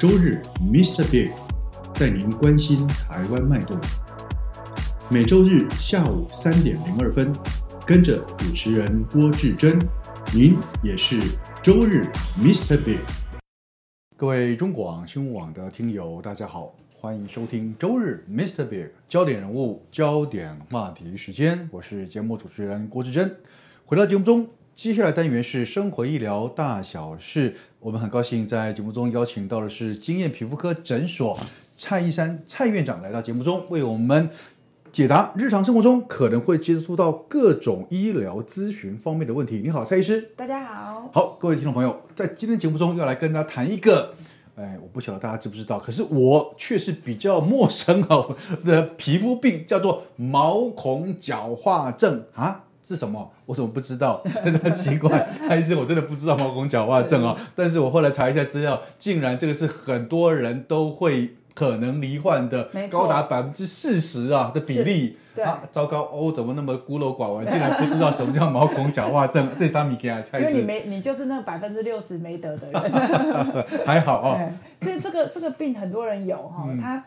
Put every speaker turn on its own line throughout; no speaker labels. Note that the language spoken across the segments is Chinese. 周日，Mr. Big 带您关心台湾脉动。每周日下午三点零二分，跟着主持人郭志珍，您也是周日 Mr. Big。
各位中广新闻网的听友，大家好，欢迎收听周日 Mr. Big 焦点人物、焦点话题时间，我是节目主持人郭志珍。回到节目中，接下来单元是生活医疗大小事。我们很高兴在节目中邀请到的是经验皮肤科诊所蔡一山蔡院长来到节目中，为我们解答日常生活中可能会接触到各种医疗咨询方面的问题。你好，蔡医师。
大家好，
好，各位听众朋友，在今天节目中要来跟大家谈一个，哎，我不晓得大家知不知道，可是我却是比较陌生哦的皮肤病，叫做毛孔角化症啊。是什么？我怎么不知道？真的奇怪，还是我真的不知道毛孔角化症 啊、但是我后来查一下资料，竟然这个是很多人都会可能罹患的
没，错
高达百分之四十啊的比例。
对
啊，糟糕哦，怎么那么孤陋寡闻，竟然不知道什么叫毛孔角化症？这三米给啊，
因
开
为
始。
你没你就是那百分之六十没得的人，
还好哦，嗯
哎所以 这个这个病很多人有哈、他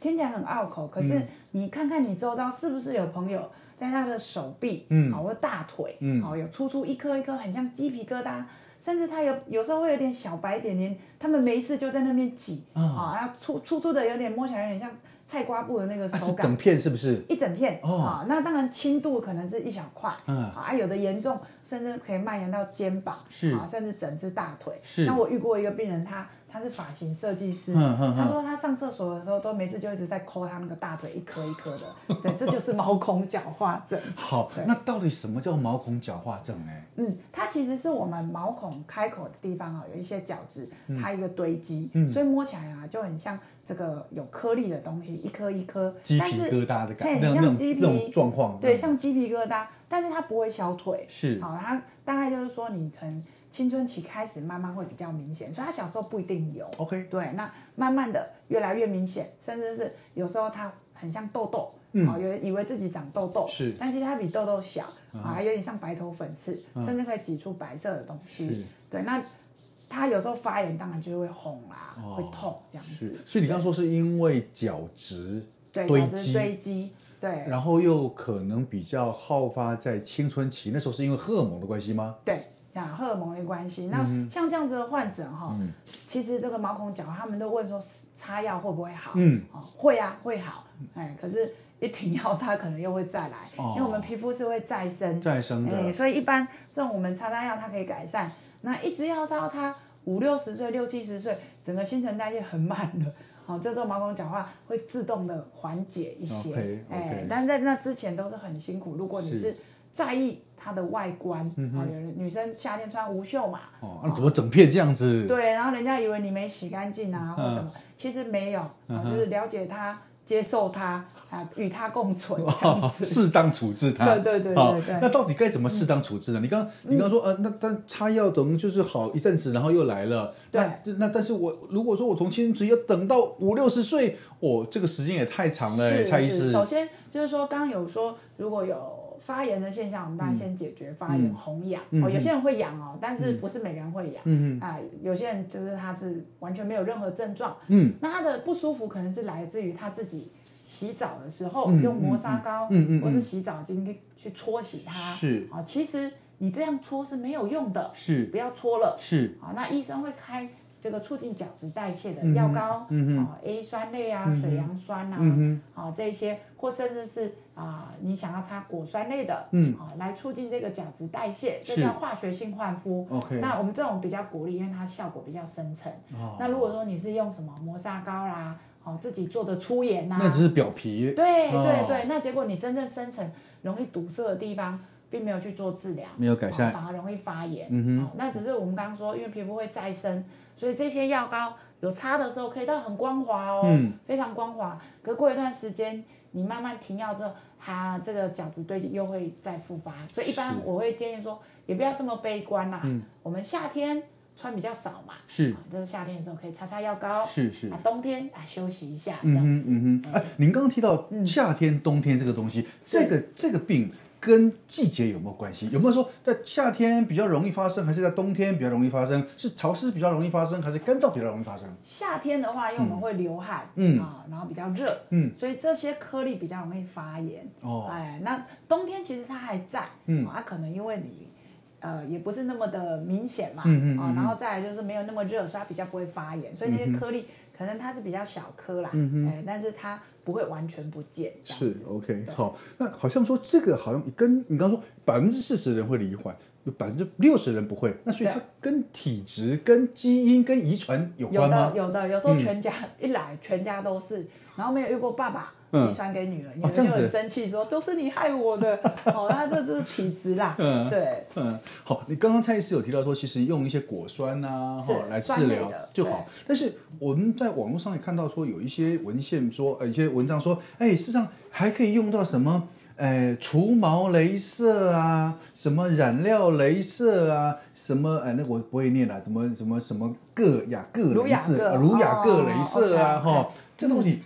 听起来很拗口，可是你看看你周遭是不是有朋友在他的手臂，哦
嗯
好或大腿，哦
嗯
好有突出一颗一颗很像鸡皮疙瘩。甚至他有有时候会有点小白点点，他们没事就在那边挤
啊
啊，然后粗粗粗的有点摸起来有点像菜瓜布的那个
那啊是
手感，
整片是不是？
一整片
哦
啊、那当然轻度可能是一小块，
嗯
好啊，有的严重甚至可以蔓延到肩膀，
是
啊，甚至整只大腿。
是
像我遇过一个病人，他他是发型设计师，
嗯嗯嗯
他说他上厕所的时候都没事就一直在抠他那个大腿一颗一颗 的，对，这就是毛孔角化症。
好，
对
那到底什么叫毛孔角化症？哎，
嗯，它其实是我们毛孔开口的地方啊，有一些角质，它一个堆积，
嗯
所以摸起来啊就很像这个有颗粒的东西，一颗一颗，
鸡
但
皮
是
疙瘩的感觉，
嘿
那种
很像
那
鸡
种
皮
那种状况，
对，像鸡皮疙瘩，但是它不会消退，
嗯是
好，它大概就是说你从青春期开始慢慢会比较明显，所以他小时候不一定有，
OK，
对，那慢慢的越来越明显，甚至是有时候它很像痘痘，
嗯
好、有人以为自己长痘痘，
是嗯
但其实它比痘痘小，啊，还有点像白头粉刺，甚至可以挤出白色的东
是
西，对，那它有时候发炎，当然就会红啦，
哦
会痛这样子
是，，所以你刚刚说是因为角质
对，
堆
导致
积，
堆积，对，
然后又可能比较好发在青春期，那时候是因为荷尔蒙的关系吗？
对，啊，荷尔蒙的关系。那
嗯
像这样子的患者哈、其实这个毛孔角，他们都问说擦药会不会好？
嗯，
哦，会啊，会好。哎，可是一停药，它可能又会再来，
哦
因为我们皮肤是会再生。
再生
哎，
的，
所以一般这种我们擦擦药，它可以改善。那一直要到它五六十岁、六七十岁，整个新陈代谢很慢了。好、这时候毛孔角化会自动的缓解一些，
OK，OK
哎，但在那之前都是很辛苦。如果你
是嗯
是在意它的外观，好、有人女生夏天穿无袖嘛，
哦，那怎么整片这样子？，
对，然后人家以为你没洗干净啊，或什么，
嗯
其实没有，啊就是了解它、接受它啊，与它 共存这样
哦，
子。
适当处置它。
对对对对
好
对嗯
那到底该怎么适当处置呢？你刚你刚说呃，那但擦药等就是好一阵子，然后又来了。
对
那那但是我如果说我从青春期要等到五六十岁，哦，这个时间也太长了欸，
是
蔡医
是
师。
首先就是说，刚刚有说如果有发炎的现象，我们
嗯
当然先解决发炎、红痒。哦，有些人会痒哦，但是不是每个人会痒。嗯啊、有些人就是他是完全没有任何症状。
嗯，
那他的不舒服可能是来自于他自己洗澡的时候、用磨砂膏，
嗯嗯嗯
或是洗澡巾去去搓洗它。
是
啊、其实你这样搓是没有用的，
是
不要搓了。
是
好，那医生会开这个促进角质代谢的药膏，嗯哦，A 酸类啊，水杨酸啊，嗯哦，这些或甚至是啊、你想要擦果酸类的，嗯，哦，来促进这个角质代谢，这
是
叫化学性焕肤。
OK
那我们这种比较鼓励，因为它效果比较深层。
哦
那如果说你是用什么磨砂膏啦，哦，自己做的粗盐呐、
那只是表皮。
对
哦
对对，那结果你真正深层容易堵塞的地方，并没有去做治疗，
没有改善
哦反而容易发炎。
嗯哼
哦，那只是我们刚刚说，因为皮肤会再生，所以这些药膏有擦的时候可以到很光滑哦，
嗯
非常光滑。可过一段时间，你慢慢停药之后，它这个角质堆积又会再复发。所以一般
是嗯
我会建议说，也不要这么悲观啦。我们夏天穿比较少嘛，
是
啊，这是夏天的时候可以擦擦药膏。
是是
啊，冬天啊休息一下这
嗯
样
哼
子。
嗯哼，哎，您刚刚提到夏天、冬天这个东西，这个这个病跟季节有没有关系？有没有说在夏天比较容易发生，还是在冬天比较容易发生？是潮湿比较容易发生，还是干燥比较容易发生？
夏天的话，因为我们会流汗，
嗯
啊，然后比较热，
嗯，
所以这些颗粒比较容易发炎。
哦
哎，那冬天其实它还在，
嗯
哦它、可能因为你，呃，也不是那么的明显嘛，
嗯嗯
哦
嗯，
然后再来就是没有那么热，所以它比较不会发炎，所以那些颗粒可能它是比较小颗啦，嗯哎，但是它不会完全不见，这样
是
子
OK，
对
好，那好像说这个好像跟你刚刚说百分之四十人会罹患，百分之六十人不会，那所以它
对
跟体质、跟基因、跟遗传有
有
关吗嗯
的？有的，有时候全家、一来全家都是，然后没有遇过爸爸
嗯
遗传给女儿，女
哦
儿
这
就
样子
很生气说都是你害 我的，哦，那这这是体质啦，
嗯
对。
嗯，好，你刚刚蔡医师有提到说，其实用一些果酸呐、啊，
是
哈来治
酸类
疗
的
就好。但是我们在网络上也看到说，有一些文献说，呃，一些文章说，哎，事实上还可以用到什么，呃，除毛镭射啊，什么染料镭射啊，什么，哎，那个我不会念了，什么什么什么铬雅铬
儒
镭
雅
射，
铬
啊儒雅铬
哦
镭射啊，
OK，OK
哈，这个东西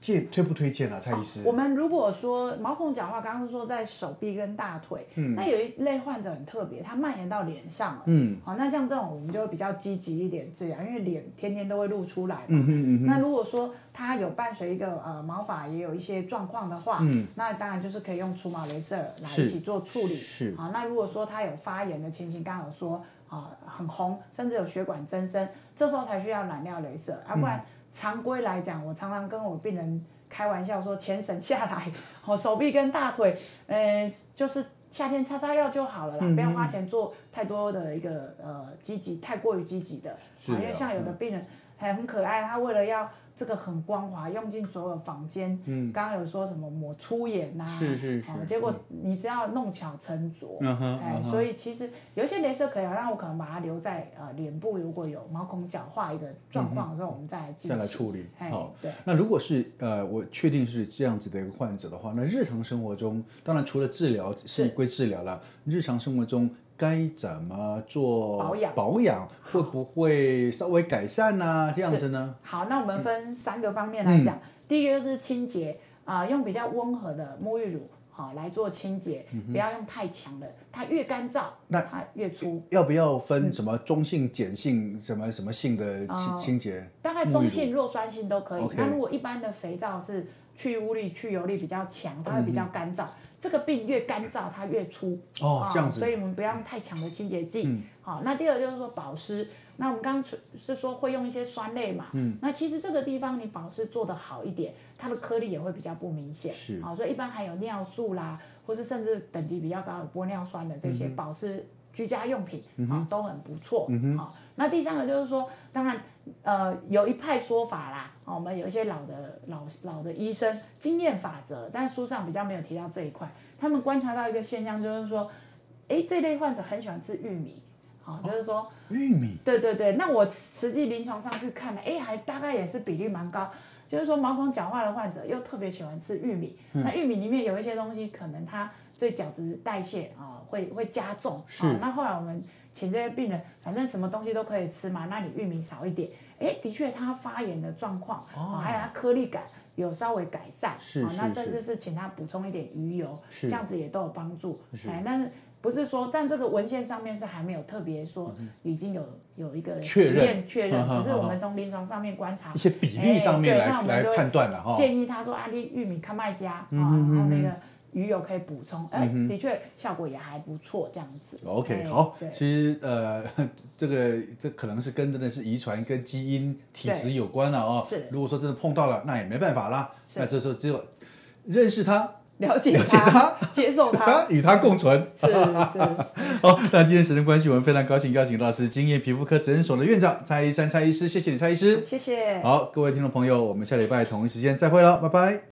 介推不推荐啊，蔡医师？
哦我们如果说毛孔角化，刚刚说在手臂跟大腿，那有一类患者很特别，它蔓延到脸上了，
嗯，
好，那像这种我们就会比较积极一点治疗，因为脸天天都会露出来嘛，
嗯哼嗯哼，
那如果说它有伴随一个呃毛发也有一些状况的话，
嗯
那当然就是可以用除毛镭射来
是
一起做处理。
是
好，那如果说它有发炎的情形，刚刚有说啊、很红，甚至有血管增生，这时候才需要染料镭射，啊，
嗯
不然常规来讲，我常常跟我病人开玩笑说，钱省下来，我、手臂跟大腿，呃，就是。夏天擦擦药就好了
嗯
啦，不要花钱做太多的一个呃积极，太过于积极的，
是
因为
啊
像有的病人还很可爱，他为了要这个很光滑，用尽所有房间。嗯，刚刚有说什么抹粗眼呐、
是是是
哦结果你是要弄巧成拙。
嗯哼
哎
嗯，哼
所以其实有一些镭射可以啊，那我可能把它留在呃脸部，如果有毛孔角化一个状况的时候，我们再来进
再
行
来处理
哎
好，
对，
那如果是呃，我确定是这样子的一个患者的话，那日常生活中，当然除了治疗是
是
归治疗了，日常生活中该怎么做
保养
保养会不会稍微改善呢、啊这样子呢？
好，那我们分三个方面
嗯
来讲，第一个就是清洁啊、用比较温和的沐浴乳好、来做清洁，不要用太强的，它越干燥，
嗯那
它越粗。
要不要分什么中性、碱性、什么什么性的清
嗯哦
清洁？
大概中性、弱酸性都可以
OK。
那如果一般的肥皂是去污力、去油力比较强，它会比较干燥。这个病越干燥，它越粗
哦
啊，
这样子嗯
所以我们不要用太强的清洁剂。好，那第二就是说保湿。那我们刚刚是说会用一些酸类嘛，嗯，那其实这个地方你保湿做得好一点，它的颗粒也会比较不明显，
是
好，所以一般含有尿素啦，或是甚至等级比较高有玻尿酸的这
嗯
些保湿居家用品，啊、都很不错，好、那第三个就是说，当然，呃，有一派说法啦，哦、我们有一些老的老老的医生经验法则，但书上比较没有提到这一块。他们观察到一个现象，就是说，诶，这类患者很喜欢吃玉米，好、就是说。
玉米
对对对，那我实际临床上去看了，哎，还大概也是比率蛮高。就是说毛孔角化的患者又特别喜欢吃玉米，
嗯
那玉米里面有一些东西，可能它对角质代谢啊、会会加重。
是
啊那后来我们请这些病人，反正什么东西都可以吃嘛，那你玉米少一点，哎，的确它发炎的状况，
哦
啊，还有它颗粒感有稍微改善，
是
啊，那
是
甚
是
至是请他补充一点鱼油，
是
这样子也都有帮助。哎，但是不是说，但这个文献上面是还没有特别说已经有有一个
嗯确
实
认
验确认
好好，好
只是我们从临床上面观察
一些比例上面来、
哎对那我们
来
就会
判断了哈。
建议他说啊，你玉米看卖
嗯
家啊，然后那个鱼油可以补充，哎，的确效果也还不错，这样子。
OK，
哎
好，
对
其实呃， 这个这可能是跟真的是遗传跟基因体质有关了哦。
是
如果说真的碰到了，那也没办法啦。
是
那这时候只有认识他，
了解
了解他
他，接
，
受他
与他共存。
是是。
好，那今天时间关系，我们非常高兴邀请到的是金叶皮肤科诊所的院长蔡医生蔡医师，谢谢你蔡医师。
谢谢。
好，各位听众朋友，我们下礼拜同一时间再会了，拜拜。